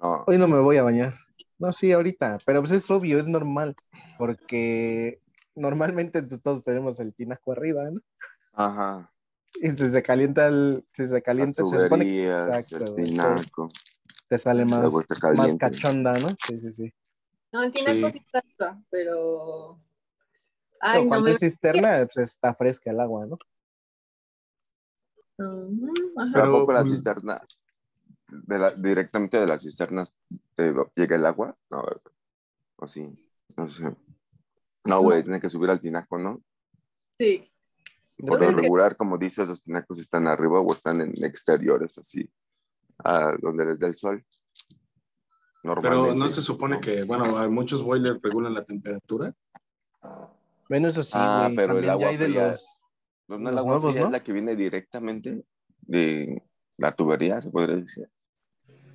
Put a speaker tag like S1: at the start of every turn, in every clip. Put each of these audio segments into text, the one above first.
S1: No.
S2: Hoy no me voy a bañar. No, sí, ahorita, pero pues es obvio, es normal, porque normalmente pues, todos tenemos el tinaco arriba, ¿no?
S1: Ajá.
S2: Y si se calienta el, si se calienta,
S1: Las
S2: se supone que
S1: tuberías,
S2: Exacto,
S1: el
S2: güey,
S1: tinaco.
S2: te sale más,
S1: Luego está
S2: más
S1: caliente.
S2: cachonda, ¿no? Sí, sí, sí.
S3: No, el tinaco
S1: Sí.
S3: sí está arriba, pero.
S2: Pero
S3: Ay, no
S2: cuando
S3: me.
S2: es cisterna, pues está fresca el agua, ¿no?
S3: Ujú, ajá.
S1: Pero,
S4: Pero,
S1: ¿a poco la
S4: pues-
S1: cisterna, de la- directamente de las cisternas, eh, llega el agua? No, ¿verdad? o sí, no sé. No, güey, tiene que subir al tinaco, ¿no?
S3: Sí.
S1: Por
S3: Yo
S1: lo
S3: sé que-
S1: regular, como dices, los tinacos están arriba o están en exteriores, así, a donde les da el sol.
S4: Pero no
S1: Normalmente,
S4: se supone
S1: ¿no?
S4: que, bueno, hay muchos boilers regulan la temperatura.
S2: Bueno, eso sí,
S1: Ah,
S2: güey,
S1: pero el
S2: también ya
S1: agua
S2: hay de
S1: fría-
S2: los...
S1: Pues, No, no,
S2: Los
S1: el agua
S2: nuevos,
S1: fría
S2: ¿no?
S1: es la que viene directamente de la tubería, se podría decir.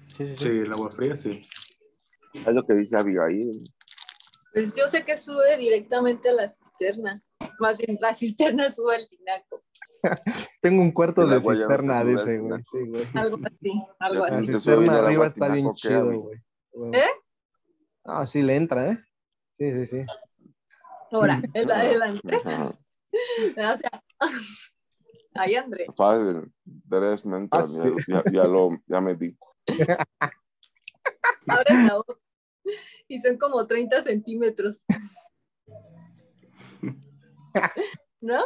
S2: Sí, sí, sí.
S4: Sí, el agua fría, sí.
S1: Es lo que dice Abigail.
S3: Pues yo sé que sube directamente a la cisterna. Más bien, la cisterna sube al tinaco.
S2: Tengo un cuarto
S1: El
S2: de
S1: agua ya no te
S2: cisterna,
S1: sube al
S2: dice, güey.
S1: tinaco.
S2: Sí, güey.
S3: Algo así, algo
S1: Ya
S2: La
S1: te-
S3: así.
S1: te sube bien
S2: cisterna
S1: el agua
S2: arriba
S1: al
S2: está bien
S1: tinaco, ¿qué,
S2: chido,
S1: güey?
S2: güey.
S3: Pues ¿Eh?
S2: Ah, sí le entra, ¿eh? Sí, sí, sí.
S3: Ahora, el de adelante.
S1: Ajá.
S3: O sea, ay, André.
S1: Fácil, tres mentas,
S2: Ah, sí.
S1: ya, ya- ya lo, ya me di.
S3: Abres la boca. Y son como 30 centímetros. ¿No?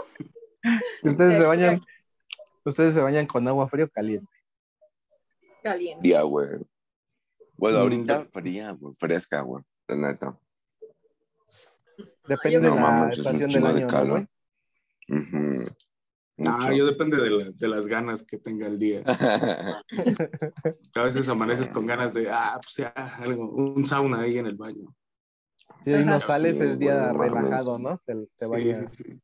S2: Ustedes
S3: De
S2: se
S3: aquí a
S2: bañan, ustedes se bañan con agua fría o caliente.
S3: Caliente.
S1: Día, güey. Bueno,
S4: Mm,
S1: ahorita
S4: yo-
S1: fría, güey, fresca, güey, la neta.
S2: Depende de
S1: No
S2: la
S1: mames, es un
S2: estación del
S1: chingo
S2: año,
S1: de
S2: ¿no, güey?
S1: calor. Ujú.
S4: Ah,
S1: Mucho.
S4: yo depende de, la- de las ganas que tenga el día. A veces amaneces con ganas de, ah, pues ya, algo, un sauna ahí en el baño.
S2: Si hoy no
S3: Ajá.
S2: sales
S1: Sí,
S2: es día
S1: güey, no mames.
S2: relajado, ¿no? Te, te
S4: Sí,
S2: bañas,
S4: sí, sí.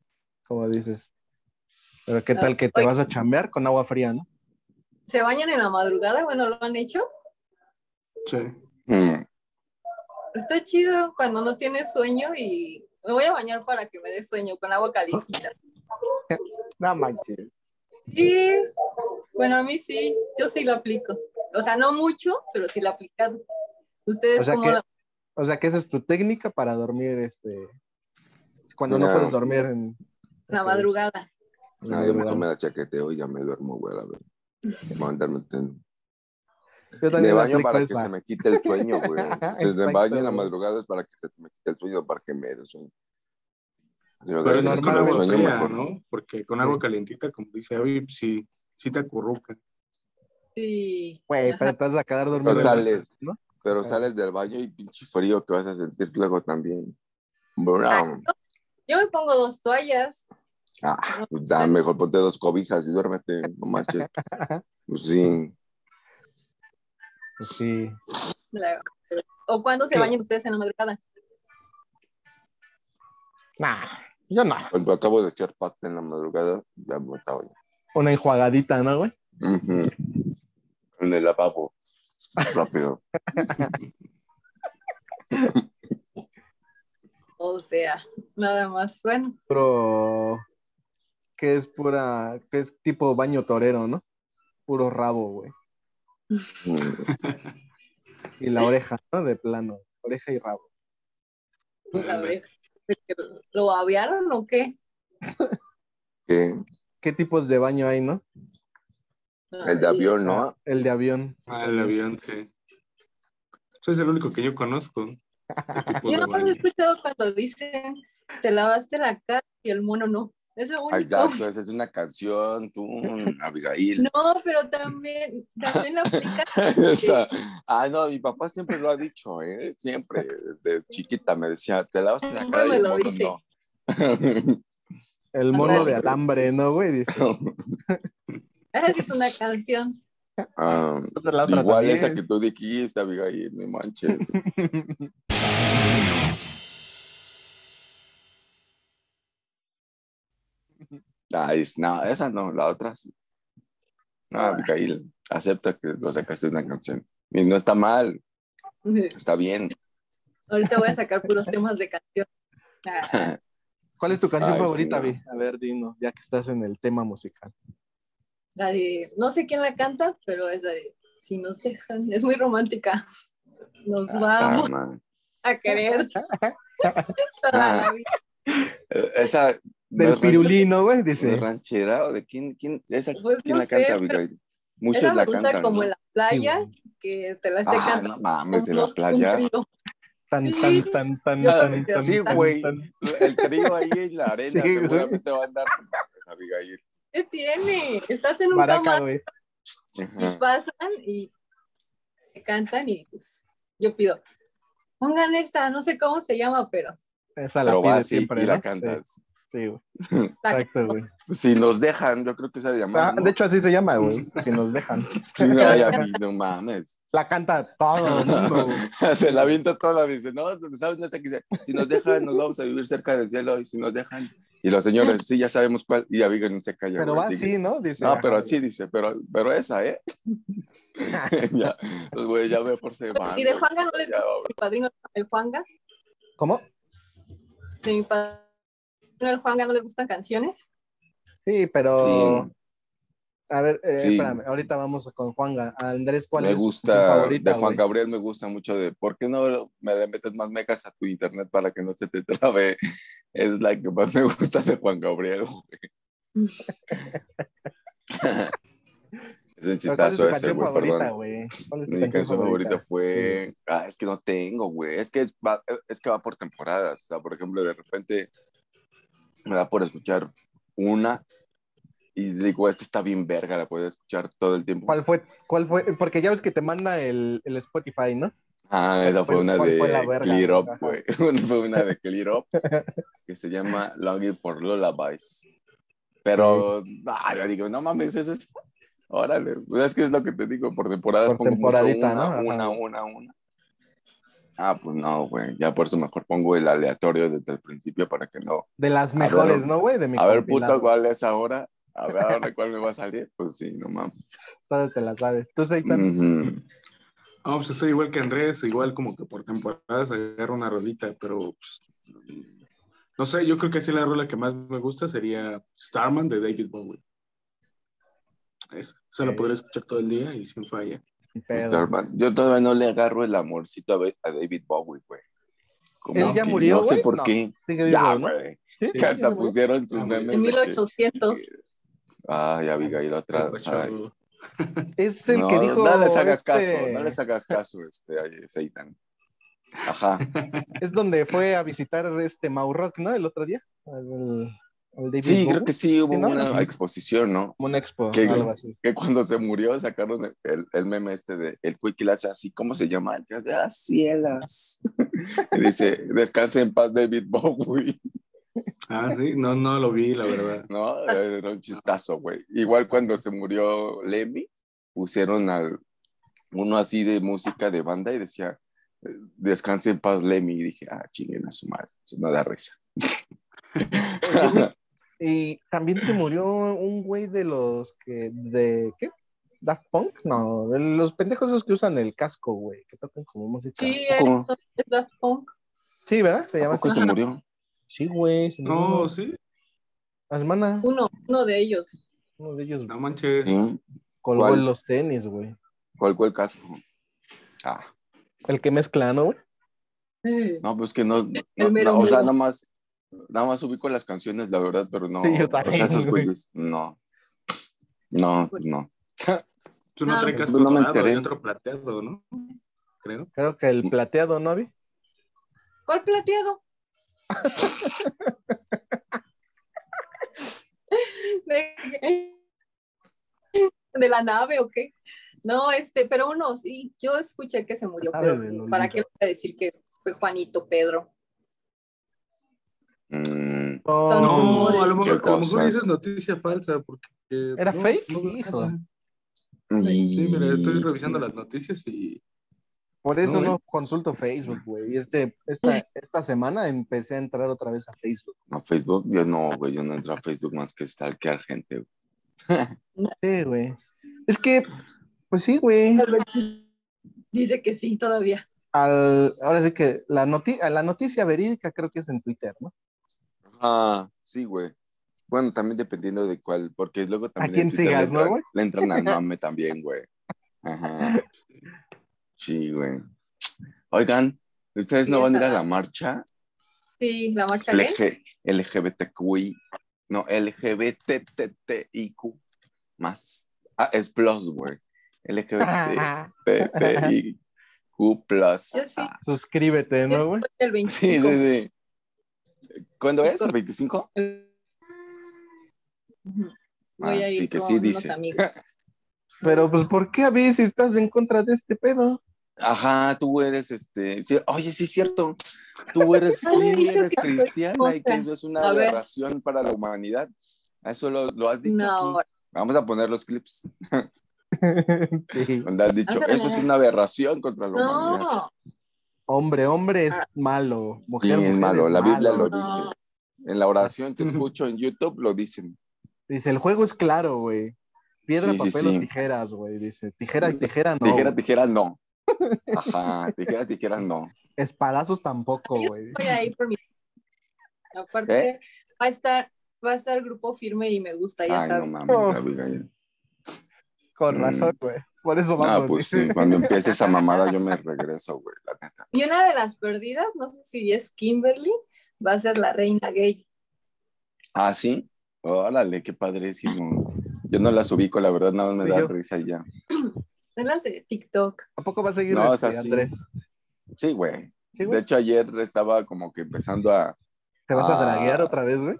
S2: como dices. Pero qué tal que te
S3: Ay.
S2: vas a chambear con agua fría, ¿no?
S3: ¿Se bañan en la madrugada? Bueno, ¿lo han hecho?
S4: Sí.
S1: Mm,
S3: Está chido cuando no tienes sueño y me voy a bañar para que me dé sueño con agua calientita.
S2: No manches.
S3: Y bueno, a mí sí, yo sí lo aplico. O sea, no mucho, pero sí lo he aplicado. Ustedes
S2: O sea
S3: cómo
S2: que-
S3: la-
S2: O sea que esa es tu técnica para dormir, este... Cuando no,
S1: No.
S2: puedes dormir en...
S3: la
S2: Ok.
S3: madrugada.
S2: en la
S1: no, yo mejor
S2: madrugada.
S1: me la chaqueteo y ya me duermo, güey, la verdad. Voy a andar metiendo.
S2: Yo
S1: Me
S2: también
S1: baño
S2: aplico
S1: para que
S2: esa.
S1: se me quite el sueño, güey. Si me
S2: Exacto,
S1: baño en la
S2: güey.
S1: madrugada es para que se me quite el sueño, para que me dé sueño. Pero,
S4: Pero
S2: es
S4: eso es con
S2: normal,
S4: agua
S2: sueño
S4: fría, ¿no? Porque con
S2: Sí.
S4: agua calientita, como dice Abby, pues sí, sí te acurruca.
S3: Sí.
S2: Güey,
S3: Ajá.
S2: pero te vas a quedar dormido.
S1: Pero
S2: en la-
S1: sales.
S2: ¿no?
S1: Pero
S2: Ajá.
S1: sales del baño y pinche frío que vas a sentir luego también. Brown.
S3: Yo me pongo dos toallas.
S1: Ah, pues da, mejor ponte dos cobijas y duérmete, no manches. Pues sí.
S2: Sí.
S3: la- ¿O cuando se
S2: Sí.
S3: bañan ustedes en la madrugada?
S2: Nah, yo no.
S1: Cuando acabo de echar pasta en la madrugada, ya me estaba ya.
S2: Una enjuagadita, ¿no, güey?
S1: Ujú. En el lavabo. Rápido.
S3: O sea, nada más. Bueno,
S2: Pero que es pura, que es tipo baño torero, ¿no? Puro rabo, güey.
S1: Mm.
S2: Y la oreja, ¿no? De plano. Oreja y rabo.
S3: a ver. ¿Lo aviaron o qué?
S1: ¿Qué?
S2: ¿Qué tipos de baño hay, no?
S1: El de avión, ¿no?
S2: El de avión.
S4: Ah, el avión, sí. Eso es el único que yo conozco. ¿Qué tipo
S1: Pues,
S3: Yo
S4: de
S3: no más he
S4: baño?
S3: escuchado cuando dicen te lavaste la cara y el mono no. Es lo
S1: Ay,
S3: único.
S1: gato, esa es una canción, tú, Abigail.
S3: No, pero también, también la aplica.
S1: Esa- Ah, no, mi papá siempre lo ha dicho, ¿eh? Siempre, desde chiquita me decía, te lavas en la
S3: Siempre
S1: cara
S3: me
S1: y el
S3: lo
S1: mono
S3: dice.
S1: no.
S2: El mono
S3: Ándale.
S2: de alambre, ¿no, güey? Dice.
S3: Esa sí Ah, es una canción.
S1: Ah,
S2: La otra
S1: igual
S2: también.
S1: esa que tú dijiste, Abigail, no manches. Ah, es- no, esa no, la otra sí. No,
S3: Ah.
S1: Abigail, acepta que lo sacaste de una canción. Y no está mal, está bien.
S3: Ahorita voy a sacar puros temas de canción. Ah,
S2: ¿Cuál es tu canción
S1: Ay, sí,
S2: favorita,
S1: no.
S2: Vi? A ver, Dino, ya que estás en el tema musical.
S3: La de, no sé quién la canta, pero es la de
S5: si nos dejan, es muy romántica. Nos vamos
S1: Ah, Ah, man.
S5: a querer toda la vida.
S1: Eh, Esa. ¿no
S2: Del
S1: es ranchera-
S2: pirulino, güey,
S1: no
S2: dice.
S1: es ranchera o de quién, quién, esa,
S5: Pues no
S1: quién la
S5: sé,
S1: canta,
S5: pero
S1: Abigail?
S5: Esa
S1: Muchos
S5: me
S1: la
S5: gusta
S1: cantan.
S5: como
S1: ¿no?
S5: en la playa,
S2: Sí,
S5: que te la esté
S1: Ah,
S5: cantando.
S1: no mames, en
S5: un-
S1: la playa.
S5: un trío.
S2: Tan, tan, tan, tan,
S5: Yo
S2: tan,
S5: también
S2: tan.
S5: sí,
S2: tan,
S1: güey.
S2: tan.
S1: El trío ahí en la arena
S2: Sí, güey.
S1: seguramente va a andar. no mames, Abigail.
S5: ¿Qué tiene? Estás en un
S2: Maraca,
S5: cama
S2: güey.
S5: y
S1: Ajá.
S5: pasan y te cantan y pues yo pido, pongan esta, no sé cómo se llama, pero
S2: Esa la
S1: Pero
S2: pide
S1: vas y,
S2: siempre, ¿eh?
S1: y la
S2: ¿no?
S1: cantas. Pues,
S2: Sí, sí, güey.
S5: La-
S2: Exacto, güey.
S1: Si nos dejan, yo creo que esa de llamar.
S2: Ah,
S1: ¿no?
S2: de hecho, así se llama, güey. Si nos dejan.
S1: Sí, no, ya vi, no mames.
S2: La canta todo el mundo, güey.
S1: Se la avienta toda, dice, no, no sabes, no está aquí. Si nos dejan, nos vamos a vivir cerca del cielo y si nos dejan. Y los señores, sí, ya sabemos cuál. Y Abigail no se calla.
S2: Pero
S1: güey,
S2: va
S1: sigue.
S2: así, ¿no? Dice.
S1: No, pero
S2: ajá,
S1: así dice, pero, pero esa, ¿eh? ya, los güeyes ya ve por semana.
S5: ¿Y de Juanga no les gusta? mi padrino, el Juanga,
S2: güey. ¿Cómo?
S5: de mi padrino, el Juanga no les gustan canciones.
S2: Sí, pero. A ver, eh,
S1: Sí.
S2: espérame. Ahorita vamos con Juanga. Andrés, ¿cuál
S1: me
S2: es tu
S1: gusta,
S2: favorita,
S1: de Juan
S2: güey?
S1: Gabriel me gusta mucho de, ¿por qué no me le metes más mecas a tu internet para que no se te trabe? Es la que más me gusta de Juan Gabriel, güey. es un
S2: Pero ¿Cuál es tu
S1: chistazo ese,
S2: canción
S1: güey,
S2: favorita,
S1: perdón.
S2: güey? ¿Cuál es tu
S1: Mi
S2: canción
S1: canción favorita,
S2: favorita?
S1: fue, ah, es que no tengo, güey, es que es- va, es que va por temporadas, o sea, por ejemplo, de repente me da por escuchar una y digo, esta está bien verga, la puedo escuchar todo el tiempo.
S2: ¿Cuál fue? ¿Cuál fue? Porque ya ves que te manda el, el Spotify, ¿no?
S1: Ah,
S2: ¿Cuál
S1: esa fue
S2: fue-
S1: una
S2: cuál
S1: de
S2: fue la verga?
S1: Clear Up,
S2: Ajá.
S1: güey. Una- fue una de Clear Up que se llama Longing for Lullabies. Pero, ah, yo digo, no mames, es eso. Órale, pues es que es lo que te digo, por temporadas
S2: Por
S1: pongo mucho
S2: temporadita,
S1: una,
S2: ¿no? Ajá.
S1: una, una, una. Ah, pues no, güey, ya por eso mejor pongo el aleatorio desde el principio para que no.
S2: De las
S1: A ver,
S2: mejores, ¿no, güey? De mi
S1: A ver,
S2: compilado.
S1: puto, ¿cuál es ahora? A ver, ahora cuál me va a salir. Pues sí, no mames.
S2: Todas te las sabes. Tú,
S1: Mm,
S2: Seitan,
S1: Ujú.
S4: Ah, pues estoy igual que Andrés, igual como que por temporadas agarro una rolita, pero pues, no sé, yo creo que así la rola que más me gusta sería Starman de David Bowie. Esa, esa la
S2: Ok.
S4: podría escuchar todo el día y sin falla.
S2: sin
S1: Mr.
S2: pedos.
S1: Band. Yo todavía no le agarro el amorcito a, Ba- a David Bowie, güey. Como
S2: ¿Él ya
S1: que
S2: murió,
S1: No sé
S2: güey?
S1: por
S2: No.
S1: qué.
S2: Sigue vivo,
S1: Ya, pues.
S2: ¿no?
S1: güey.
S2: Sí,
S1: Que
S2: sí,
S1: hasta
S2: sí, güey.
S1: pusieron sus
S4: Ah,
S1: memes.
S4: güey.
S5: En
S1: de que-
S5: 1800.
S1: Ay, Abigail, otra.
S4: Pero,
S1: ay.
S4: chavo,
S2: Es el
S1: no,
S2: que dijo.
S1: no les hagas caso,
S2: este-
S1: no les hagas caso, este, ay, Seitan. Ajá.
S2: Es donde fue a visitar este Maurock, ¿no? El otro día. El, el David
S1: Sí,
S2: Bowie,
S1: creo que sí hubo
S2: Sí, ¿no?
S1: una exposición, ¿no?
S2: Como un expo,
S1: ¿Qué?
S2: algo así.
S1: Que cuando se murió sacaron el, el meme este de el quick y le hace así, ¿cómo se llama? El que hace, ah, cielas. Y dice, descanse en paz, David Bowie.
S4: Ah, sí, no, no lo vi, la verdad.
S1: No, Eh, era un chistazo, güey. Igual cuando se murió Lemmy, pusieron al uno así de música de banda y decía, eh, descanse en paz, Lemmy. Y dije, ah, chinguen a su madre, eso no da risa.
S2: Y también se murió un güey de los que. ¿De qué? ¿Daft Punk? No, de los pendejos esos que usan el casco, güey, que tocan como música.
S5: Sí,
S1: ¿A poco?
S5: es- es Daft Punk.
S2: Sí, ¿verdad? Se
S1: ¿A
S2: llama
S1: poco
S2: así.
S1: se murió?
S2: Sí, güey. se murió
S4: No, sí,
S2: La semana,
S5: Uno, uno de ellos.
S2: uno de ellos
S4: no manches.
S1: ¿Sí?
S2: colgó
S1: ¿Cuál?
S2: en los tenis, güey.
S1: ¿Cuál fue el caso? Ah,
S2: El que mezcla, ¿no, güey?
S5: Mm.
S1: no, pues que no, no-
S5: El mero
S1: no, o sea,
S5: mero.
S1: nada más, nada más ubico las canciones, la verdad, pero no,
S2: Sí, yo
S1: o sea,
S2: también,
S1: esos
S2: güey.
S1: güeyes, no, no, no.
S4: Tú no
S5: Ah,
S4: traes casco
S1: no me
S4: dorado y
S1: enteré.
S4: otro plateado, ¿no? Creo.
S2: Creo que
S1: Mm.
S2: el plateado, ¿no, vi?
S5: ¿Cuál plateado? ¿De, qué? ¿De la nave o qué? No, este, pero uno, sí, yo escuché que se murió,
S2: La
S5: pero
S2: nave del
S5: ¿para
S2: olvido.
S5: qué voy a decir que fue Juanito Pedro?
S1: Mm,
S2: No,
S4: No, a lo
S1: Qué
S4: mejor, a lo mejor
S1: cosas.
S4: esa es noticia falsa porque... eh,
S2: ¿Era
S4: no,
S2: fake?
S4: no,
S2: Hijo.
S4: ajá. Sí, mira, estoy revisando las noticias y...
S2: Por eso
S4: No,
S2: no,
S4: güey.
S2: consulto Facebook, güey. Este, esta, esta semana empecé a entrar otra vez a Facebook.
S1: ¿A Facebook? Yo no, güey, yo no entro a Facebook más que stalkear gente, güey.
S2: Sí, güey. Es que, pues sí, güey.
S5: Dice que sí, todavía.
S2: Al, ahora sí que la, noti a la noticia verídica creo que es en Twitter, ¿no?
S1: Ah, sí, güey. Bueno, también dependiendo de cuál, porque luego también.
S2: quién
S1: en Twitter
S2: sigas,
S1: le entran-
S2: no, güey?
S1: Le entran al mame también, güey. Ajá. Sí, güey. Oigan, ¿ustedes no
S5: Sí,
S1: van a ir
S5: esa
S1: a
S5: va.
S1: la marcha?
S5: Sí, la marcha gay.
S1: LG, LGBTQI. No, LGBTTIQ. Más. Ah, es plus, güey. LGBTTIQ plus.
S5: Yo sí.
S2: Suscríbete,
S5: Yo
S2: ¿no,
S5: estoy
S2: güey?
S5: el
S1: Sí,
S5: 25.
S1: sí, sí. ¿Cuándo es? ¿El 25?
S5: Ujú.
S1: Ah,
S5: Voy a ir
S1: sí, que
S5: con
S1: sí
S5: unos
S1: dice.
S5: amigos.
S2: Pero, pues, ¿por qué a mí si estás en contra de este pedo?
S1: Ajá, tú eres este. sí, oye, sí, es cierto. Tú eres,
S5: No le he
S1: sí,
S5: dicho
S1: eres
S5: que soy
S1: cristiana y que
S5: contra.
S1: eso es una
S5: A ver.
S1: aberración para la humanidad. Eso lo, lo has dicho.
S5: No,
S1: aquí. Vamos a poner los clips
S2: Sí.
S1: donde has dicho:
S5: Vamos a
S1: Eso es
S5: poner-
S1: una aberración contra la humanidad.
S5: no,
S2: Hombre, hombre es
S5: Ah.
S2: malo.
S1: Sí,
S2: Mujer,
S1: es
S2: mujer
S1: malo,
S2: es
S1: la Biblia
S2: malo.
S1: lo
S5: no.
S1: dice. En la oración que escucho en YouTube lo dicen.
S2: Dice, el juego es claro, güey. Piedra,
S1: Sí, sí,
S2: papel o
S1: sí.
S2: tijeras, güey. Dice, tijera, tijera, no.
S1: Tijera, tijera, no. Ajá, tijera, tijera, no.
S2: Espadazos tampoco, güey.
S5: voy a ir por mi. Aparte,
S1: ¿Eh?
S5: va a estar, va a estar grupo firme y me gusta, ya
S1: Ay, no
S5: saben.
S1: mames,
S2: Oh.
S1: Abigail.
S2: Con
S1: Mm.
S2: razón, güey. Por eso
S1: Ah,
S2: vamos.
S1: pues
S2: dice.
S1: sí, cuando empiece esa mamada yo me regreso, güey, la neta.
S5: Y una de las perdidas, no sé si es Kimberly, va a ser la reina gay.
S1: Ah, sí. Órale, qué padrísimo. Yo no las ubico, la verdad, nada más me
S2: Ni
S1: da
S2: yo.
S1: risa y ya.
S5: Es la de TikTok.
S2: ¿A poco va a seguir
S1: No, o
S2: este,
S1: sea, sí.
S2: Andrés?
S1: Sí, güey.
S2: Sí,
S1: De
S2: güey.
S1: hecho, ayer estaba como que empezando a.
S2: ¿Te vas a
S1: Ah.
S2: draguear otra vez, güey?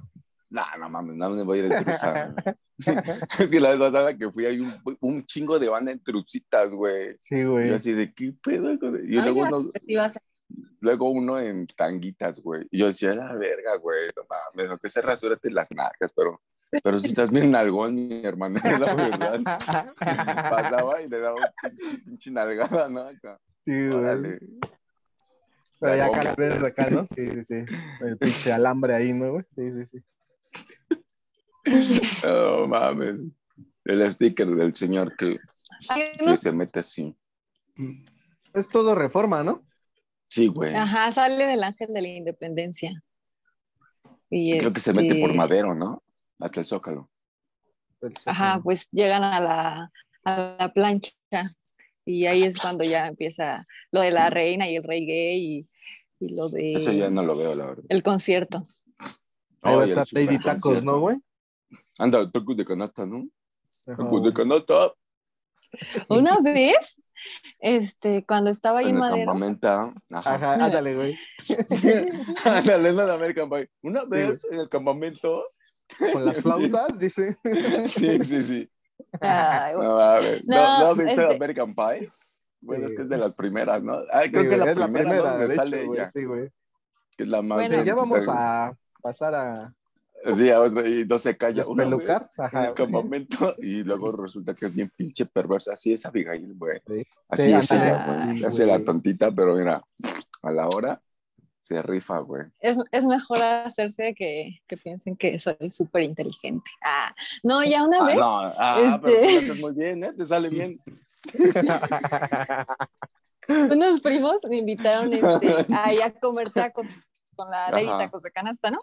S1: Nah, no mames, no me voy a ir en trusa. es que la vez pasada que fui, hay un, un chingo de banda en trucitas, güey.
S2: Sí,
S1: Yo
S2: güey.
S1: así de, ¿qué pedo? güey? Y
S5: A mí se
S1: luego
S5: me hace
S1: uno,
S5: que sí va a ser-
S1: luego uno en tanguitas, güey. Y yo decía, la verga, güey, no mames, lo que se rasúrate las nalgas, pero, pero si estás bien nalgón, mi hermano, la verdad. Pasaba y le daba un pinche, pinche nalgada, ¿no? Acá,
S2: Sí, güey.
S1: órale.
S2: Pero ya
S1: La
S2: acá
S1: boca.
S2: la ves acá, ¿no? Sí, sí, sí. El pinche alambre ahí, ¿no, güey? Sí, sí, sí.
S1: No mames. El sticker del señor que,
S5: Ay, no
S1: que se mete así.
S2: Es todo reforma, ¿no?
S1: Sí, güey.
S3: Ajá, sale del ángel de la independencia. Y
S1: Creo que se mete por
S3: este,
S1: madero, ¿no? Hasta el zócalo.
S3: Ajá, pues llegan a la, a la plancha y ahí es cuando ya empieza lo de la reina y el rey gay y, y lo de
S1: Eso ya no lo veo, la verdad.
S3: el concierto.
S2: Ahí va a
S1: Ay, el
S2: estar Lady
S1: superconcierto.
S2: Tacos, ¿no, güey?
S1: Anda, tacos de canasta, ¿no?
S2: Ajá,
S1: Tacos Pues de
S2: güey.
S1: canasta.
S3: Una vez, este, cuando estaba ahí
S1: En
S3: en
S1: el
S3: Madero,
S1: campamento. Ajá.
S2: Ajá, ándale, güey.
S1: Ándale, nada, American Pie. Una vez en el campamento.
S2: Con las flautas, dice.
S1: Sí, sí, sí.
S3: ay,
S1: No, a ver. ¿No,
S3: No,
S1: ¿no viste
S3: este-
S1: American Pie? Bueno,
S2: Sí.
S1: es que es de las primeras, ¿no? Ah, creo
S2: Sí,
S1: que
S2: güey,
S1: la
S2: es
S1: primera, ¿no? donde
S2: de hecho,
S1: sale
S2: güey,
S1: ella,
S2: Sí, güey.
S1: que es la más
S3: Bueno,
S2: Sí, ya
S1: grandecita.
S2: vamos a pasar a
S1: Sí, a otra, y no se calla. Una
S2: despelucar.
S1: vez En
S2: Ajá.
S1: el campamento, y luego resulta que es bien pinche perversa. Así es Abigail, güey.
S2: Sí.
S1: Así
S2: Sí,
S1: es
S3: ajá.
S1: ella, güey.
S2: Sí,
S1: Se hace la
S2: güey.
S1: tontita, pero mira, a la hora se rifa, güey.
S3: es, es mejor hacerse que, que piensen que soy súper inteligente. Ah, no, ya una
S1: Ah,
S3: vez.
S1: no, ah, pero
S3: Este-
S1: tú lo haces muy bien, ¿eh? Te sale bien.
S3: unos primos me invitaron este, ahí a comer tacos con la ley
S1: Ajá.
S3: tacos de canasta, ¿no?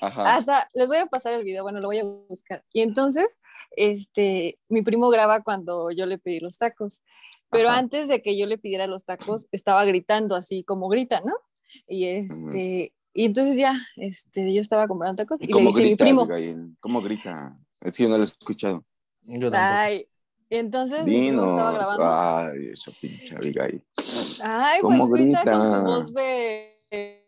S1: Ajá.
S3: Hasta les voy a pasar el video, bueno, lo voy a buscar. Y entonces, este, mi primo graba cuando yo le pedí los tacos, pero
S1: Ajá.
S3: antes de que yo le pidiera los tacos, estaba gritando así como grita, ¿no? Y este, y entonces ya, este, yo estaba comprando tacos y, le
S1: ¿Cómo
S3: dice mi
S1: grita,
S3: primo,
S1: Abigail? ¿Cómo grita? Es que yo no lo he escuchado.
S2: Yo tampoco.
S3: ay, y entonces mi primo
S1: Dinos.
S3: estaba grabando.
S1: Ay, esa pinche Abigail.
S3: Ay,
S1: ¿Cómo
S3: pues grita? con
S1: grita?
S3: su voz de, de-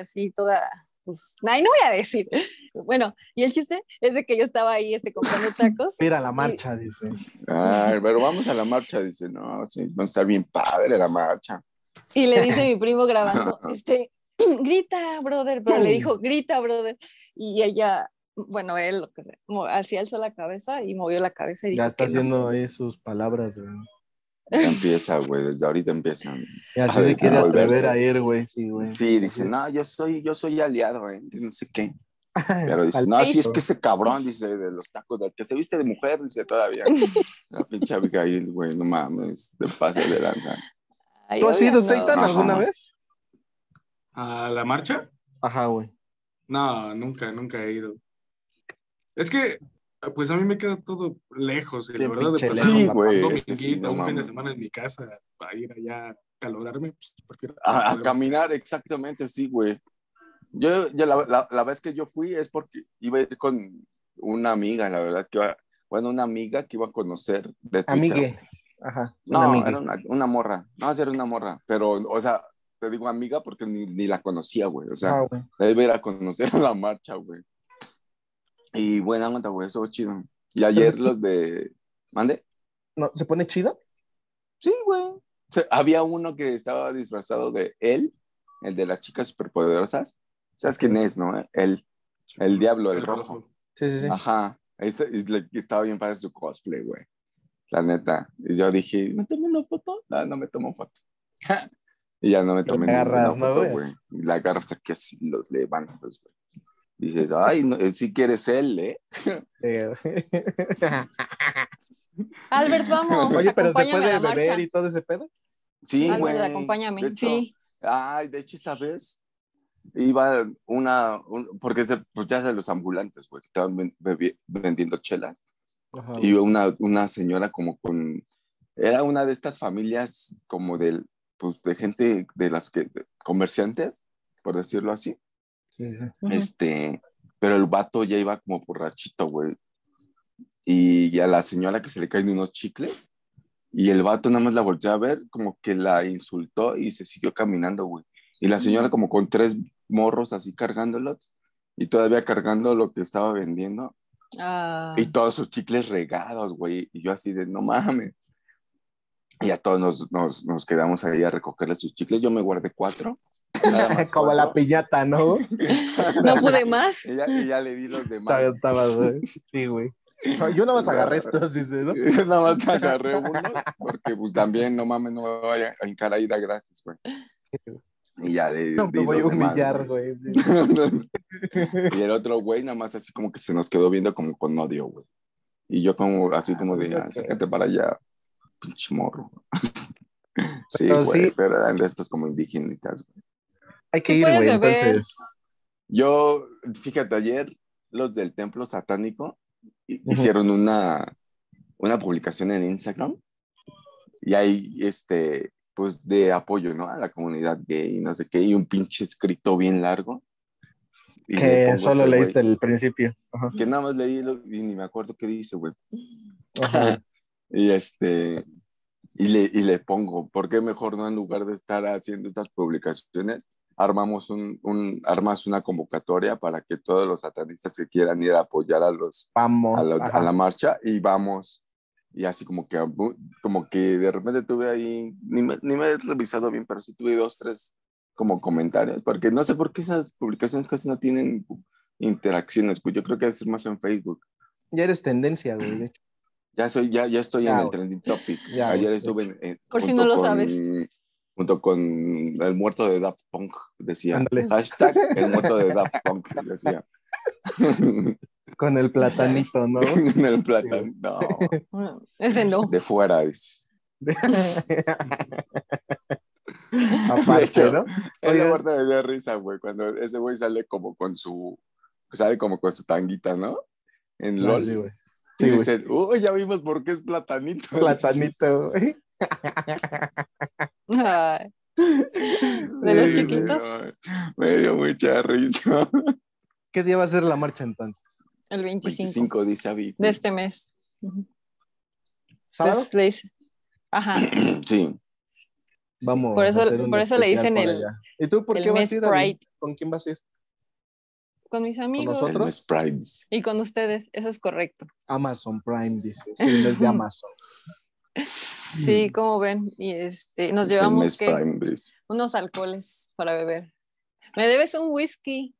S3: así toda, pues, ay, no voy a decir. Bueno, y el chiste es de que yo estaba ahí, este, comprando tacos.
S2: Mira la marcha, dice.
S1: Ay, pero vamos a la marcha, dice. No, sí, va a estar bien padre la marcha.
S3: Y le dice mi primo grabando, este, grita, brother, pero le dijo, grita, brother. Y ella, bueno, él, lo que sea, mo- así alzó la cabeza y movió la cabeza y dijo,
S2: Ya está
S3: que no.
S2: haciendo ahí sus palabras, güey.
S1: Ya empieza, güey, desde ahorita empieza.
S2: Ya
S1: Ah,
S2: sí se
S1: de
S2: quiere
S1: volverse.
S2: atrever a ir, güey. Sí, güey.
S1: Sí, dice, no, yo soy, yo soy aliado, ¿eh? no sé qué. Pero dice, no, sí es que ese cabrón, dice, de los tacos, del que se viste de mujer, dice todavía. La pinche Abigail, güey, no mames, de pase de lanza.
S3: Ay,
S2: ¿Tú has ido,
S3: obvio, no.
S2: Seitan,
S1: Ajá.
S2: alguna vez?
S4: ¿A la marcha?
S2: Ajá, güey.
S4: No, nunca, nunca he ido. Es que pues a mí me queda todo lejos, y la
S2: Bien
S4: verdad,
S2: pinche
S4: de pasar
S1: lejos. Sí,
S4: un
S1: güey,
S4: dominguito,
S1: es que sí, no
S4: un fin de
S1: mames.
S4: semana en mi casa, a ir allá a calorarme, pues prefiero.
S1: A, a caminar, exactamente, sí, güey. Yo, yo la, la- la vez que yo fui es porque iba a ir con una amiga, la verdad, que iba, bueno, una amiga que iba a conocer de Twitter.
S2: Amigue. Ajá.
S1: No,
S2: un amigue.
S1: era una, una morra, no, sí era una morra, pero, o sea, te digo amiga porque ni, ni la conocía, güey, o sea,
S2: Ah, güey.
S1: la iba a ir a conocer a la marcha, güey. Y buena onda, güey, eso chido. Y ayer los de, mande,
S2: No, ¿Se pone chida?
S1: sí, güey. O sea, había uno que estaba disfrazado de él, el de las chicas superpoderosas, ¿sabes quién es, no? Él, el diablo, el rojo.
S2: Sí, sí, sí.
S1: Ajá. Este, y le- y estaba bien padre su cosplay, güey. La neta. Y yo dije, ¿me tomo una foto? No, no me tomo foto. y ya no me tomé ninguna
S2: agarras, ¿no,
S1: foto,
S2: güey?
S1: güey. Y la agarras aquí así, los levantas, güey. Dices, ay, no, si quieres él, ¿eh?
S2: Eh,
S3: Albert, vamos,
S2: Oye, pero ¿se
S3: acompáñame a
S2: puede
S3: la marcha.
S2: beber y todo ese pedo?
S1: Sí,
S3: Albert,
S1: güey.
S3: acompáñame.
S1: De hecho,
S3: sí,
S1: Ay, de hecho, esa vez iba una, un- porque se- pues ya se los ambulantes, güey, que estaban ven- bebi- vendiendo chelas.
S2: Ajá,
S1: y
S2: güey.
S1: una, una señora como con, era una de estas familias como del, pues de gente de las que, de comerciantes, por decirlo así,
S2: Sí, sí.
S3: ujú.
S1: este, pero el vato ya iba como borrachito, güey, y, y a la señora que se le caen unos chicles, y el vato nada más la volteó a ver, como que la insultó y se siguió caminando, güey, y la señora como con tres morros así cargándolos, y todavía cargando lo que estaba vendiendo,
S3: Ah,
S1: y todos sus chicles regados, güey. Y yo así de, no mames. Y a todos nos, nos, nos quedamos ahí a recogerle sus chicles. Yo me guardé cuatro. nada más
S2: Como la
S1: cuatro.
S2: piñata, ¿no?
S3: no pude más.
S1: Y ya, y ya le di los demás.
S2: Estaba- estaba, güey. Sí, güey. No, Yo nada más agarré estos, dice, ¿no?
S1: Nada más te agarré unos porque pues también, no mames, no me voy a encarar ida gratis, güey. Y ya le
S2: No
S1: di
S2: me voy a
S1: los demás,
S2: humillar,
S1: güey.
S2: güey.
S1: y el otro güey nada más así como que se nos quedó viendo como con odio, güey. Y yo como así como de, "Ah, sácate para allá, pinche morro. sí,
S2: Pero
S1: güey,
S2: sí.
S1: pero eran de estos como indígenas. güey.
S2: Hay que
S3: Sí
S2: ir,
S3: puedes
S2: güey,
S3: beber.
S2: entonces.
S1: Yo, fíjate, ayer los del templo satánico hi- hicieron una, una publicación en Instagram y ahí, este, pues de apoyo, ¿no? A la comunidad gay y no sé qué, y un pinche escrito bien largo. Y le pongo
S2: Que
S1: ese
S2: solo
S1: güey.
S2: leíste el principio. Ajá.
S1: que nada más leí lo- y ni me acuerdo qué dice, güey.
S2: Ajá.
S1: Y este, y le, y le pongo, ¿por qué mejor no en lugar de estar haciendo estas publicaciones, armamos un, un, armas una convocatoria para que todos los satanistas que quieran ir a apoyar a los,
S2: Vamos.
S1: a la,
S2: ajá.
S1: a la marcha y vamos. Y así como que, bu- como que de repente tuve ahí, ni me, ni me he revisado bien, pero sí tuve dos, tres como comentarios, porque no sé por qué esas publicaciones casi no tienen interacciones, pues yo creo que debe ser más en Facebook.
S2: Ya eres tendencia, güey. de hecho.
S1: Ya soy, ya, ya estoy
S2: Ya,
S1: en el
S2: güey.
S1: trending topic.
S2: Ya,
S1: Ayer
S2: güey.
S1: estuve en, en-
S3: Por si
S1: junto
S3: no lo
S1: con-
S3: sabes.
S1: Junto con el muerto de Daft Punk, decía.
S2: Ándale.
S1: Hashtag el muerto de Daft Punk, decía.
S2: Con el platanito, ¿no?
S1: en el plátano. No,
S3: Bueno, Ese no.
S1: de fuera. dices. De
S2: Aparte,
S1: hecho,
S2: ¿no?
S1: Esa
S2: Oigan.
S1: parte me dio risa, güey, cuando ese güey sale como con su, sale como con su tanguita, ¿no? En
S2: No,
S1: LOL.
S2: Ah, sí,
S1: y
S2: güey. Sí, güey.
S1: dicen, uy, ya vimos por qué es platanito.
S2: Platanito, güey.
S3: Ay, de los
S2: Sí, güey.
S3: chiquitos,
S1: güey. Me dio mucha risa.
S2: ¿Qué día va a ser la marcha entonces?
S3: el 25,
S1: 25 dice Avi.
S3: Pues de este mes. Ujú.
S2: ¿Sábado?
S3: Entonces le hice- Ajá.
S1: Sí.
S2: Vamos.
S3: Por eso-
S2: a hacer un
S3: por eso le
S2: especial
S3: dicen
S2: por
S3: el-
S2: allá. ¿Y tú por
S3: el
S2: qué vas
S3: mes
S2: a ir? Adri?
S3: Pride.
S2: ¿Con quién vas a ir?
S3: Con mis amigos
S2: nosotros.
S1: El Sprite.
S3: y con ustedes, eso es correcto.
S2: Amazon Prime, dice. Sí, no es de Amazon.
S3: Sí, como ven, y este, nos
S1: Mm. Es el mes
S3: llevamos ¿qué?
S1: Prime, dice.
S3: unos alcoholes para beber. Me debes un whisky,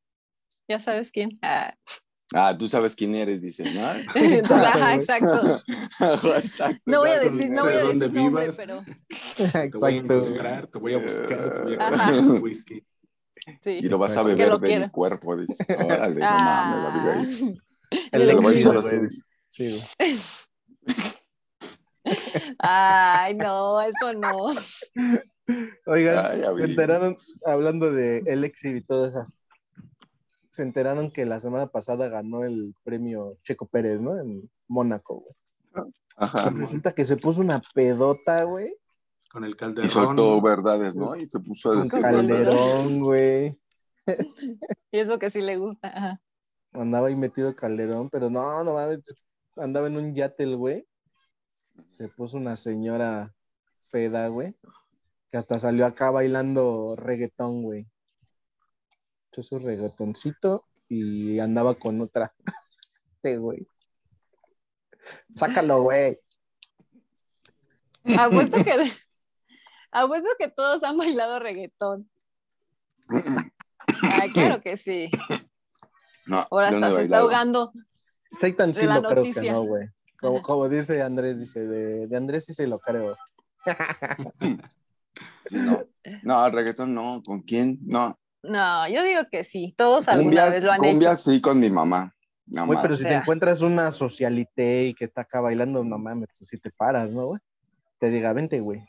S3: ya sabes quién. Ah.
S1: Ah, tú sabes quién eres, dice, ¿no?
S3: Entonces, ajá,
S2: güey.
S3: exacto.
S1: Hashtag, tú
S3: No voy a
S1: sabes
S3: decir,
S1: quién
S3: no voy a
S1: eres.
S4: ¿De dónde
S3: decir nombre,
S4: vivas?
S3: pero
S4: Te voy a
S2: Exacto.
S4: encontrar, te voy a buscar, te voy a
S3: Ajá.
S4: dar un whisky.
S3: sí.
S1: Y lo vas a
S2: Exacto.
S1: beber
S3: Que lo
S1: de mi
S3: quiero.
S1: cuerpo, dice. Órale, no mames, la vida.
S3: Ah.
S2: El
S1: Te lo voy a
S3: Sí,
S1: echar
S2: éxito,
S1: así.
S2: güey. Sí, güey.
S3: Ay, no, eso no.
S2: Oigan,
S1: Ay, a
S2: ¿se
S1: ver.
S2: enteraron hablando de el exhibit y todas esas se enteraron que la semana pasada ganó el premio Checo Pérez, ¿no? En Mónaco, güey.
S1: Ajá.
S2: Resulta que se puso una pedota, güey.
S4: Con el
S1: Y
S4: calderón.
S1: soltó verdades, ¿no? Y se puso a
S2: Con
S1: decir.
S2: Calderón, güey.
S3: Y eso que sí le gusta. ajá.
S2: Andaba ahí metido Calderón, pero no, no mames. Andaba en un yate el güey. Se puso una señora peda, güey. Que hasta salió acá bailando reggaetón, güey. Hizo su reggaetoncito y andaba con otra. Este, güey. Sácalo, güey.
S3: Apuesto que, apuesto que todos han bailado reggaetón.
S1: Mm,
S3: Ah, claro que sí.
S1: No,
S3: Ahora
S1: yo no
S3: hasta
S1: he
S3: se está
S1: bailado.
S3: ahogando.
S2: Seitan sí
S3: De la
S2: lo creo que
S3: noticia.
S2: no, güey. Como, como dice Andrés, dice, de, de Andrés sí se lo creo.
S1: Sí, no. no, al reggaetón no. ¿Con quién? No.
S3: No, yo digo que sí. Todos Pues alguna
S1: Cumbias,
S3: vez lo han
S1: cumbias sí con mi mamá. Nada
S2: Güey,
S1: más.
S2: pero si te
S3: sea.
S2: encuentras una socialité y que está acá bailando, no mames, pues, si te paras, ¿no, güey? Te diga, vente, güey.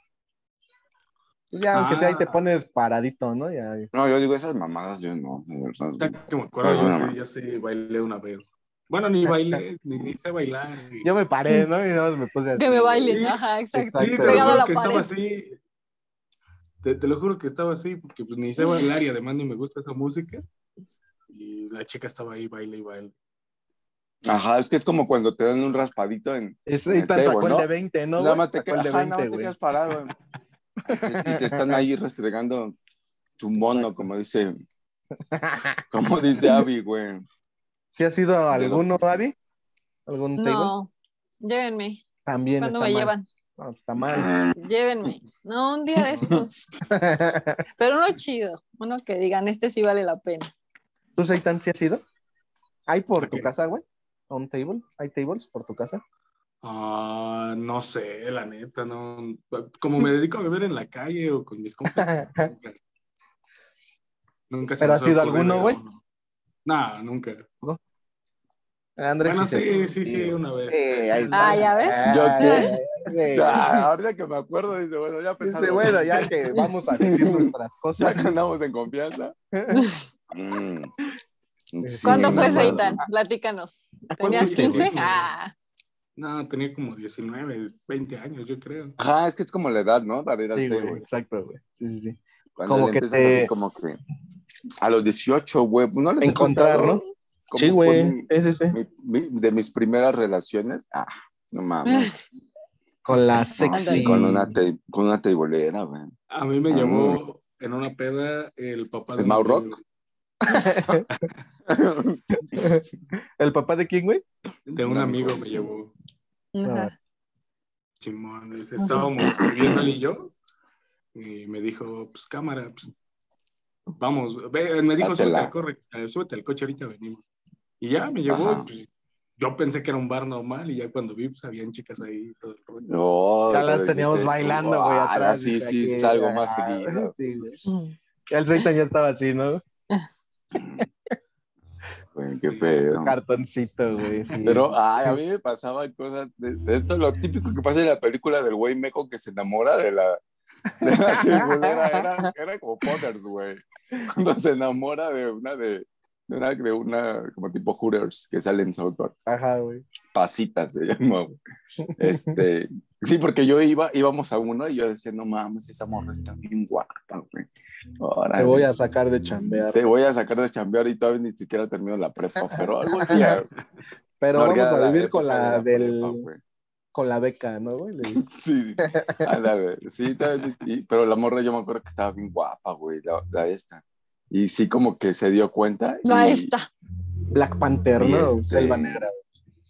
S2: Y ya, aunque sea ahí te
S4: Ah.
S2: pones paradito, ¿no? Ya,
S1: No, yo digo esas mamadas, yo no. de verdad.
S4: Ahorita que me acuerdo, yo,
S1: Ajá.
S4: sí, yo sí bailé una vez. Bueno, ni bailé, ni, ni sé bailar. ni-
S2: yo me paré, ¿no? Y nada más me puse así.
S3: Que me bailen.
S4: Sí,
S3: Ajá, exacto.
S2: exacto.
S4: Sí, te lo
S3: Pegado a
S4: juro
S3: la
S4: que estaba
S3: pared.
S4: así. Te, te lo juro que estaba así, porque pues ni sé bailar y además ni me gusta esa música. Y la chica estaba ahí, baile y baile.
S1: Ajá, es que es como cuando te dan un raspadito en.
S2: Es
S1: en el
S2: tan
S1: table,
S2: sacó el
S1: ¿no?
S2: de 20, ¿no?
S1: nada
S2: güey?
S1: más te,
S2: Sacó el
S1: quedas,
S2: de
S1: ajá, nada
S2: 20,
S1: más te
S2: güey.
S1: quedas parado. Y te están ahí restregando tu mono,
S2: Exacto.
S1: como dice. Como dice Abby, güey.
S2: ¿Sí has ido a
S1: De lo-
S2: alguno, Abby? ¿Algún table?
S3: No, llévenme.
S2: También
S3: ¿Cuándo
S2: está
S3: me
S2: mal.
S3: llevan?
S2: No, está mal.
S3: Llévenme. No, un día de estos. Pero uno chido. Uno que digan, este sí vale la pena.
S2: ¿Tú, Seitan, sí has ido? ¿Hay por
S4: ¿A
S2: tu
S4: qué?
S2: casa, güey? ¿A un table? ¿Hay tables por tu casa?
S4: Ah, no sé, la neta, no. Como me dedico a beber en la calle o con mis compas, nunca. Nunca se
S2: ¿Pero
S4: me
S2: has ido a
S4: ocurre
S2: alguno, güey?
S4: alguno. No, nunca.
S2: Andrés,
S4: Bueno,
S2: se- Eh.
S4: sí, sí, sí, una vez.
S2: Sí, ahí
S3: Ah, ¿ya ves?
S1: ¿Yo
S2: Ay, sí.
S1: Ah, ahorita que me acuerdo, dice, bueno, ya pensando.
S2: Dice, bueno, ya que vamos a decir nuestras
S1: Ya
S2: cosas.
S1: que andamos en confianza. Mm. Sí,
S3: ¿Cuándo
S1: no
S3: fue
S1: mames.
S3: Seitan? Platícanos. ¿Tenías
S4: fuiste, güey?
S3: 15? Ah,
S4: No, tenía como 19, 20 años, yo creo.
S1: Ajá, es que es como la edad, ¿no? Para ir al
S2: Sí,
S1: té,
S2: güey,
S1: güey.
S2: exacto, güey. Sí, sí, sí.
S1: Cuando
S2: Como
S1: le
S2: que
S1: empiezas
S2: te-
S1: así como que a los 18, güey, pues, no les he
S2: Encontrar,
S1: contado
S2: ¿no?
S1: cómo
S2: Sí,
S1: fue
S2: güey.
S1: mi-
S2: Sí, sí, sí.
S1: mi- mi- de mis primeras relaciones. Ah, no mames.
S2: Con la
S1: No,
S2: sexy.
S1: con una te- con una teibolera, güey.
S4: A mí me
S1: Ah.
S4: llevó en una peda el papá
S1: ¿El
S4: un
S1: Mau
S4: amigo.
S2: ¿El papá de quién, güey?
S4: De un
S1: Un amigo,
S4: amigo me
S1: sí.
S4: llevó.
S3: ajá.
S4: Chimones, estábamos viendo él y yo. Y me dijo, pues cámara, pues, vamos. Ve, me dijo, súbete
S1: Dátela.
S4: al, corre- eh, súbete al coche, ahorita venimos. Y ya me llevó.
S1: Ajá.
S4: y, pues, yo pensé que era un bar normal y ya cuando vi, pues habían chicas ahí. y Todo el rollo.
S1: No,
S2: Ya las
S1: pero
S2: teníamos
S1: dijiste,
S2: bailando, güey,
S1: "Ah,
S2: atrás.
S1: Sí,
S2: dice
S1: sí,
S2: aquí,
S1: salgo más
S2: ah,
S1: seguido.
S2: Sí, güey.
S3: Mm.
S2: El Seitan ya estaba así, ¿no?
S1: Güey, qué pedo.
S2: Cartoncito, güey. sí.
S1: Pero ay, a mí me pasaban cosas. De, de esto lo típico que pasa en la película del güey meco que se enamora de la. De la tiburera. Era, era como Potters, güey. Cuando se enamora de una de. De una, de una como tipo Hooters que sale en South Park.
S2: Ajá, güey.
S1: Pasitas se llama, güey. Este. Sí, porque yo iba, íbamos a uno y yo decía, no mames, esa morra está bien guapa, güey.
S2: Te
S1: Órale.
S2: voy a sacar de chambear.
S1: Te voy a sacar de chambear y todavía ni siquiera termino la prepa, pero algún día.
S2: Pero
S1: No,
S2: vamos
S1: era
S2: a vivir
S1: época
S2: con
S1: de
S2: la, del,
S1: prepa, güey.
S2: con la beca, ¿no, güey? Le dices.
S1: Sí, ándale, sí, todavía- y- pero la morra yo me acuerdo que estaba bien guapa, güey, la, la esta. Y sí como que se dio cuenta. y-
S3: La esta.
S2: Black Panther,
S1: Y
S2: ¿no?
S1: este-
S2: Selva Negra.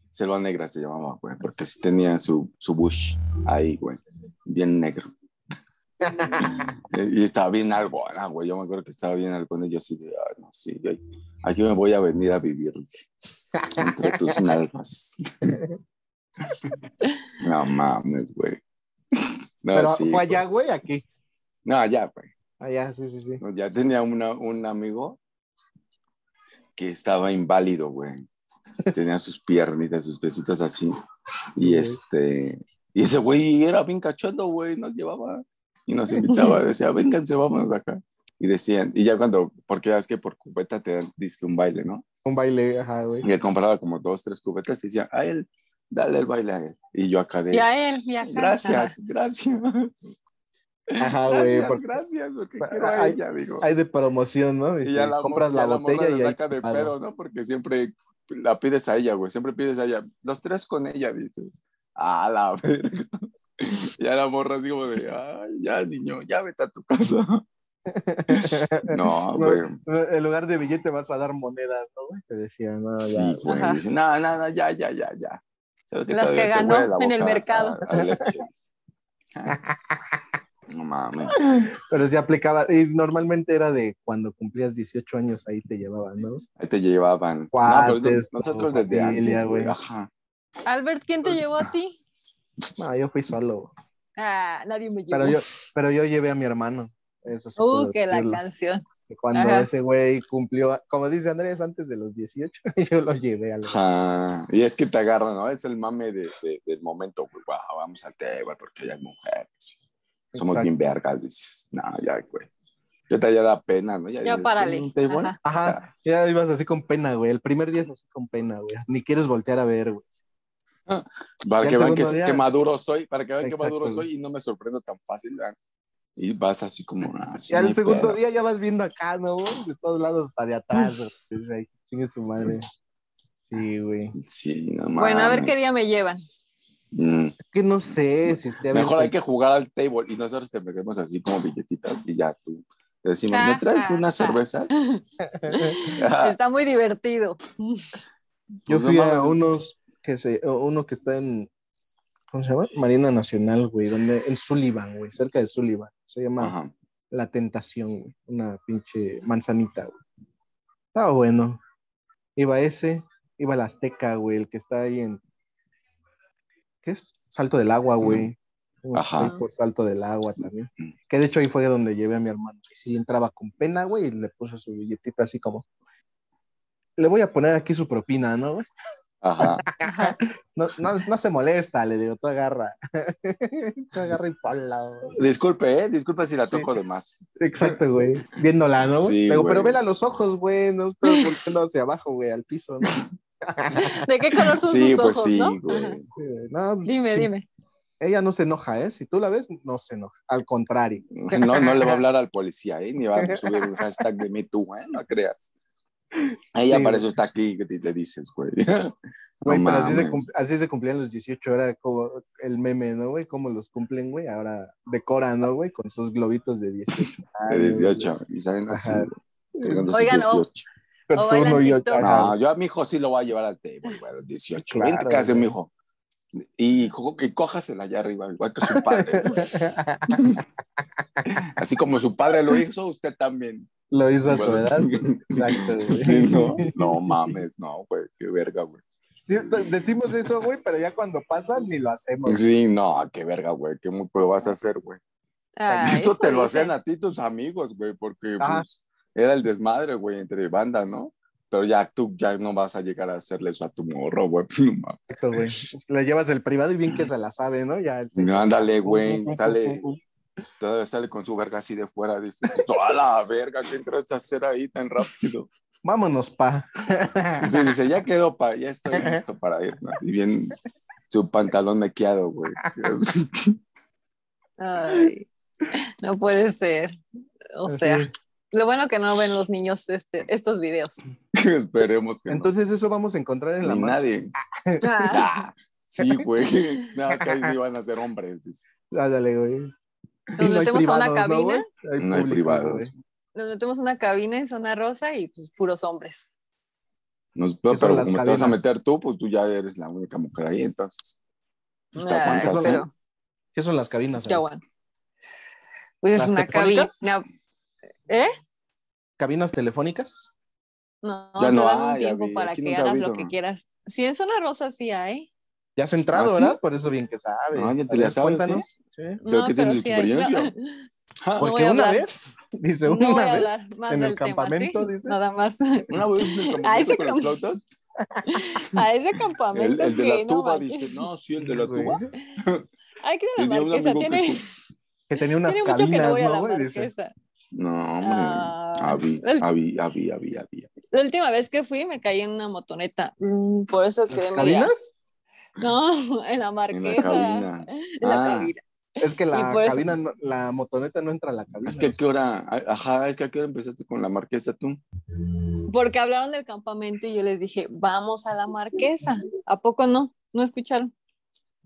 S1: Selva Negra se llamaba, güey, porque sí tenía su, su bush ahí, güey, bien negro. y estaba bien algona, güey, yo me acuerdo que estaba bien algona y yo así de, "Ay, no, sí, yo- aquí me voy a venir a vivir, dije, entre tus nalgas. no mames, güey. No,
S2: Pero
S1: Ah, sí, pues.
S2: fue
S1: güey.
S2: allá, güey, aquí.
S1: No, allá, güey.
S2: Allá, sí, sí, sí.
S1: No, Ya tenía una- un amigo que estaba inválido, güey. Tenía sus piernitas, sus pesitos así. Y
S2: Ok.
S1: este, y ese güey era bien cachondo, güey. Nos llevaba y nos invitaba. Decía, vénganse, vámonos de acá. Y decían, y ya cuando, porque ya es que por, cubeta te dan dizque un baile, ¿no?
S2: Un baile, ajá, güey.
S1: Y él compraba como dos, tres cubetas y decía, a él, dale el baile a él. Y yo acá de,
S3: Y a él, y a
S1: gracias, gracias.
S2: Ajá, Ah, güey.
S1: Gracias,
S2: porque
S1: gracias, lo que
S2: Ah,
S1: quiero a
S2: hay-
S1: ella, digo.
S2: Hay de promoción, ¿no? Dice,
S1: y ya la,
S2: compras la, botella y
S1: la
S2: ahí
S1: saca de
S2: pagas.
S1: pedo, ¿no? Porque siempre la pides a ella, güey. Siempre pides a ella. Los tres con ella, dices. A la verga. Ya la morra así como de, ay, ya, niño, ya vete a tu casa. No,
S2: No,
S1: güey.
S2: En lugar de billete vas a dar monedas, ¿no? güey? Te decía, no, ya,
S1: Sí,
S2: güey.
S1: güey.
S3: Ajá.
S1: Dice, no, no, no, ya, ya, ya, ya. Sabes todavía
S3: Las que
S1: te
S3: ganó
S1: huele la
S3: en el
S1: boca
S3: mercado.
S1: a- a leche, dice. Ah, No mames.
S2: Pero se aplicaba, y normalmente era de cuando cumplías 18 años, ahí te llevaban, ¿no?
S1: Ahí te llevaban. No, pero
S2: Cuates,
S1: nosotros
S2: tu
S1: desde
S2: familia,
S1: antes, güey.
S2: güey.
S1: Ajá.
S3: Albert, ¿quién te llevó a ti?
S2: No, yo fui solo.
S3: Ah, nadie me llevó.
S2: Pero yo, pero yo llevé a mi hermano. Eso sí.
S3: uh,
S2: puedo
S3: que la
S2: decirlo.
S3: canción.
S2: Que Cuando
S3: Ajá.
S2: ese güey cumplió, como dice Andrés, antes de los 18, yo lo llevé al.
S1: Ajá. Y es que te agarran, ¿no? Es el mame de, de- del momento, güey. Guau, vamos al Teba porque hay mujeres. Somos
S2: Exacto.
S1: bien vergas, dices. No, ya, güey. Yo te ya da pena, ¿no?
S3: Ya
S1: dices,
S3: párale.
S1: "Mm, Table".
S3: Ajá.
S2: Ajá, ya ibas así con pena, güey. El primer día es así con pena, güey. Ni quieres voltear a ver, güey.
S1: Para
S2: Ya
S1: que
S2: el
S1: vean que,
S2: segundo día-
S1: que maduro soy, para que vean que
S2: Exacto,
S1: maduro
S2: güey.
S1: soy y no me sorprendo tan fácil. ¿verdad? Y vas así como. ah, sí,
S2: Ya
S1: ni
S2: el segundo
S1: pedo.
S2: día ya vas viendo acá, ¿no, güey? De todos lados hasta de atrás, güey. Dices, ay, chingue su madre. Sí, güey.
S1: Sí, no mames.
S3: Bueno, a ver qué día me llevan.
S1: Mm.
S2: Es que no sé si esté
S1: Mejor hay que jugar al table y nosotros te metemos así como billetitas y ya tú. Te decimos, ¿me traes
S3: Ajá,
S1: unas
S3: ajá.
S1: cervezas?
S3: Está muy divertido.
S2: Yo
S1: Pues no
S2: fui a
S1: mames.
S2: unos que se, o uno que está en, ¿cómo se llama? Marina Nacional, güey, donde, en Sullivan, güey, cerca de Sullivan. Se llama
S1: Ajá.
S2: La Tentación, güey. Una pinche manzanita, güey. Estaba bueno. Iba ese, iba el Azteca, güey, el que está ahí en, ¿qué es? Salto del Agua, güey. Uno que está
S1: Ajá.
S2: ahí Por Salto del Agua también.
S1: Ujú.
S2: Que de hecho ahí fue donde llevé a mi hermano. Y sí, entraba con pena, güey, y le puso su billetita así como, le voy a poner aquí su propina, ¿no, güey?
S1: Ajá.
S3: Ajá.
S2: No, no, no se molesta, le digo, tú agarra. tú agarra y ponla. güey.
S1: Disculpe, ¿eh? Disculpe si la
S2: Sí.
S1: toco de más.
S2: Exacto, güey. Viéndola, ¿no?
S1: Sí,
S2: Le digo, pero
S1: güey.
S2: vela a los ojos, güey. No estás volteando hacia abajo, güey, al piso, ¿no?
S3: ¿De qué color son
S1: Sí,
S3: sus
S1: pues
S3: ojos,
S1: sí,
S3: no? Ajá.
S1: güey.
S2: Sí, güey, no, pues,
S3: Dime,
S2: sí.
S3: dime.
S2: Ella no se enoja, ¿eh? Si tú la ves, no se enoja. Al contrario.
S1: No, no le va a hablar al policía, ¿eh? Ni va a subir un hashtag de Me Too, ¿eh? No creas. Ella
S2: Sí,
S1: para
S2: güey.
S1: eso está aquí, que te, te dices, güey.
S2: Güey,
S1: No
S2: pero así se,
S1: mames.
S2: cum- así se cumplían los 18, era como el meme, ¿no, güey? ¿Cómo los cumplen, güey? Ahora decoran, ¿no, güey? Con sus globitos de 18.
S1: De
S2: años,
S1: 18, y salen así.
S2: Ajá.
S1: güey, cargando sus
S3: Oigan,
S1: 18.
S3: o-
S2: güey.
S3: O
S2: Con su
S3: bailan
S2: uno y ocho,
S3: TikTok.
S2: ajá,
S1: No, yo a mi hijo sí lo voy a llevar al table, güey, a los 18.
S2: Sí, claro,
S1: Vente, ¿qué hace
S2: güey.
S1: mi hijo? Y, co- y cójasela allá arriba, igual que su padre. güey. Así como su padre lo hizo, usted también.
S2: Lo hizo a su
S1: Bueno.
S2: edad. Exacto, güey.
S1: Sí, ¿no? No mames, no, güey, qué verga, güey.
S2: Sí, te- decimos eso, güey, pero ya cuando pasa ni lo hacemos.
S1: Sí, no, qué verga, güey, qué muy lo vas a hacer, güey.
S3: Ah,
S1: Eso te lo
S3: dice.
S1: hacían a ti tus amigos, güey, porque
S2: Ajá.
S1: pues, era el desmadre, güey, entre bandas, ¿no? Pero ya tú ya no vas a llegar a hacerle eso a tu morro, güey. No mames.
S2: Exacto, güey. Le llevas el privado y bien que se la sabe, ¿no? Ya, el
S1: No, ándale, güey,
S2: Pum, pum, pum,
S1: sale,
S2: pum,
S1: todavía sale con su verga así de fuera, dice, toda la verga, ¿qué entraste a hacer ahí tan rápido?
S2: pum. Vámonos, pa.
S1: Y se dice, ya quedó, pa, ya estoy listo para ir, ¿no? Y bien, su pantalón mequeado, güey. Así que-
S3: Ay, no puede ser. O
S2: Así.
S3: sea, lo bueno que no ven los niños este, estos videos.
S1: que Esperemos que no.
S2: Entonces, eso vamos a encontrar en la
S1: Ni
S2: mano.
S1: nadie.
S3: Ah,
S1: Ah, sí, güey. Nada más que ahí sí van a ser hombres, dice.
S2: Ándale, güey. Y
S3: Nos
S2: hay
S3: metemos a
S2: privados,
S3: una
S2: ¿no, güey?
S3: cabina,
S2: hay
S1: No hay
S2: públicos,
S1: privados.
S2: güey.
S3: nos metemos a una cabina en zona rosa y pues puros hombres.
S1: Nos- pero
S2: son las
S1: como te vas a
S2: cabinas?
S1: meter tú, pues tú ya eres la única mujer ahí, entonces. Pues te
S3: Ay,
S1: aguantas,
S2: eso
S1: ¿eh?
S3: pero
S2: ¿Qué son las cabinas?
S3: ya
S2: ahí?
S3: bueno. Pues es
S2: ¿Las
S3: una cabina.
S2: tectónicas?
S3: ¿Eh?
S2: ¿Cabinas telefónicas?
S3: No,
S1: Ya
S3: te
S1: no
S3: dan un
S1: hay,
S3: tiempo
S1: Abby,
S3: para
S1: aquí
S3: que
S1: nunca ha
S3: hagas lo
S1: habido.
S3: que quieras. Sí, en zona rosa sí hay.
S2: Ya has entrado,
S1: ¿Ah, sí?
S2: ¿verdad? Por eso bien que sabes.
S1: Ah, ya te
S2: A
S1: la
S2: ver,
S1: sabes,
S2: Cuéntanos. Sí.
S1: Creo
S3: No,
S1: que
S3: pero
S1: tienes
S3: sí hay.
S1: experiencia. Ah,
S3: No
S2: Porque
S3: voy a
S2: una
S3: hablar.
S2: vez, dice
S3: No,
S2: una
S3: no voy
S2: vez.
S3: a hablar más
S2: en el
S3: del tema, ¿sí?
S2: campamento, dice.
S3: Nada más.
S1: Una vez en el
S3: Ay,
S1: campamento
S3: se
S1: con los
S3: cam-
S1: flautas,
S3: A ese
S1: el,
S3: campamento
S1: el de
S3: que
S1: la
S3: no
S1: tuba
S3: manches.
S1: dice, no, sí, el de la
S2: Güey.
S1: tuba.
S3: Ay, creo que
S1: Tenía
S3: la
S1: un
S3: marquesa
S1: amigo que
S3: tiene,
S1: su-
S2: Que tenía unas
S3: tiene mucho que no
S2: cabinas,
S3: voy a
S2: ¿no,
S3: la
S2: güey? Dice.
S3: marquesa.
S1: No, hombre.
S3: Ah.
S1: Avi, Avi, Avi, Avi, Avi.
S3: La última vez que fui me caí en una motoneta. Mm, Por eso
S2: ¿Las
S3: quedé media.
S2: cabinas?
S3: No, en la
S1: En la
S3: marquesa.
S1: cabina.
S3: En la
S1: Ah.
S3: cabina.
S2: Es que la
S3: Y pues, por eso-
S2: cabina, no- la motoneta no entra a la cabina.
S1: Es que a qué hora, ajá, es que a qué hora empezaste con la marquesa tú.
S3: Porque hablaron del campamento y yo les dije, vamos a la marquesa. ¿A poco no? ¿No escucharon?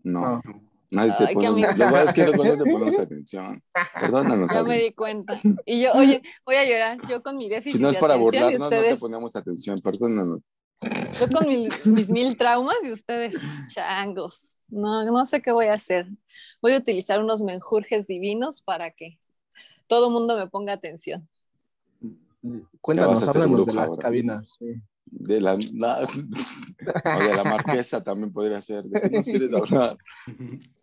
S1: No, Ah.
S2: No.
S1: nadie te
S3: Ay,
S1: pone.
S3: qué amigo.
S1: Luego es que luego no te ponemos atención. Perdónanos,
S3: Ya me
S1: Avi.
S3: di cuenta. Y yo, oye, voy a llorar. Yo con mi déficit
S1: Si no es
S3: de
S1: para
S3: atención
S1: burlarnos, no
S3: y
S1: te
S3: ustedes.
S1: ponemos atención, perdónanos.
S3: Yo con mil- mis mil traumas y ustedes, changos. No, no sé qué voy a hacer. Voy a utilizar unos menjurjes divinos para que todo mundo me ponga atención.
S1: Ya vas
S2: Cuéntanos,
S1: a ser
S2: háblanos de
S1: bruja
S2: las
S1: ahora.
S2: cabinas. sí.
S1: De la, la- o de la marquesa también podría ser. ¿De qué nos quieres hablar?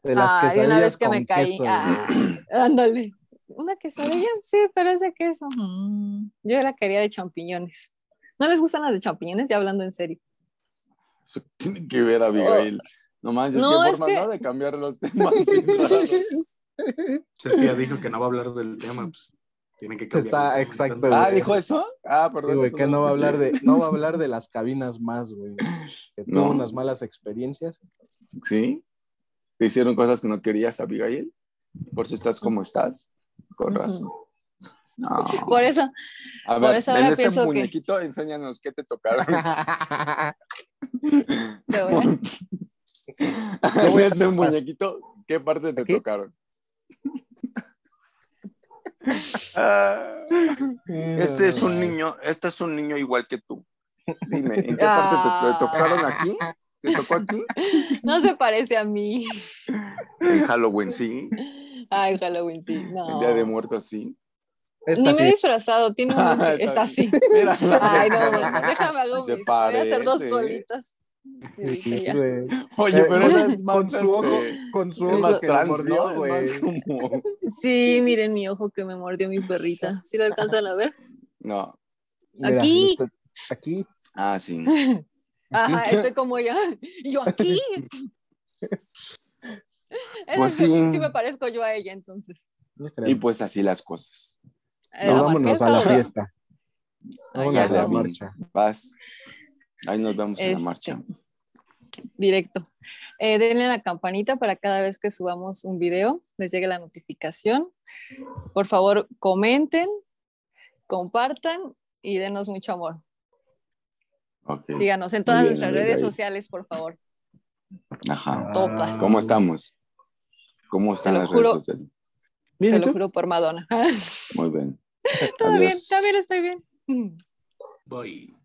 S2: De las
S3: Ay,
S2: quesadillas
S3: una vez que
S2: con
S3: me caí.
S2: queso.
S3: ah, ándale. Una quesadilla, sí, pero ese queso. mm, yo la quería de champiñones. ¿No les gustan las de champiñones? Ya hablando en serio.
S1: Eso tiene que ver, Abigail. No manches,
S3: Oh. No,
S1: qué
S3: es
S1: forma,
S3: que-
S1: ¿no? De cambiar los temas. bien raro.
S4: Si es que ya dijo que no va a hablar del tema, pues tiene que cambiar.
S2: Está
S4: el tema,
S2: exacto,
S4: entonces.
S1: ah, ¿dijo eso? Ah, perdón.
S2: Sí, güey,
S1: eso
S2: que no
S1: lo
S2: va a hablar
S1: escuché.
S2: de, no va a hablar de las cabinas más, güey. Que tuvo
S1: No.
S2: unas malas experiencias.
S1: ¿Sí? ¿Te hicieron cosas que no querías, Abigail? Por eso estás como estás. Con
S3: Ujú.
S1: razón. No.
S3: Por eso,
S1: A
S3: por
S1: ver,
S3: eso ahora
S1: en este
S3: pienso que-
S1: muñequito, enséñanos qué te tocaron.
S3: te voy a-
S1: ¿Cómo es este muñequito? ¿Qué parte te
S2: ¿Aquí?
S1: tocaron? Ah, este es un niño, este es un niño igual que tú. Dime, ¿en qué
S2: Ah.
S1: parte te, te tocaron aquí? ¿Te tocó aquí?
S3: no se parece a mí.
S1: En Halloween, sí.
S3: Ay, Halloween, sí.
S1: En
S3: No.
S1: Día de Muertos, sí.
S3: Ni
S2: Esta
S3: me he
S2: sí.
S3: disfrazado, tiene uno
S1: Ah,
S3: que
S1: está
S3: está así.
S1: Mira.
S3: Ay, no, bueno, déjame hago
S1: Se
S3: mis. Voy a hacer dos
S1: parece.
S3: colitas. Y
S2: Sí,
S3: dije, ya.
S2: güey.
S1: Oye,
S2: Eh,
S1: pero
S2: con-
S1: esa es más
S2: con su ojo,
S1: este,
S2: con su
S1: es
S2: ojo
S1: más
S2: que
S1: trans,
S2: lo mordió,
S1: ¿no?
S2: güey.
S1: Es más como.
S3: Sí, miren mi ojo que me mordió mi perrita. ¿Sí lo alcanzan a ver?
S1: No.
S2: Mira,
S3: Aquí.
S2: esto- aquí.
S1: Ah, sí.
S3: Ajá, estoy como yo. Y yo aquí. Eso
S1: Pues
S3: sí.
S1: sí.
S3: sí me parezco yo a ella, entonces.
S2: No
S1: Y
S2: creo.
S1: pues así las cosas.
S3: ¿A
S2: Nos
S3: la
S2: vámonos
S3: marquesa
S2: a la
S3: o no?
S2: fiesta.
S3: Ay,
S2: Vámonos
S3: ya,
S2: a la
S1: David.
S3: vamos,
S2: marcha.
S1: Vas. Ahí nos vemos en la
S3: Este.
S1: marcha.
S3: Directo. Eh, denle a la campanita para cada vez que subamos un video les llegue la notificación. Por favor, comenten, compartan y denos mucho amor.
S1: Ok.
S3: Síganos en todas
S1: Muy bien,
S3: nuestras
S1: Abigail.
S3: redes sociales, por favor.
S1: Ajá.
S3: Topas.
S1: ¿Cómo estamos? ¿Cómo están
S3: lo
S1: las
S3: juro.
S1: redes sociales?
S3: Te
S2: Bien,
S3: lo
S2: ¿tú?
S3: juro por Madonna.
S1: Muy bien.
S3: Todo bien,
S1: Adiós.
S3: también estoy bien.
S4: Bye.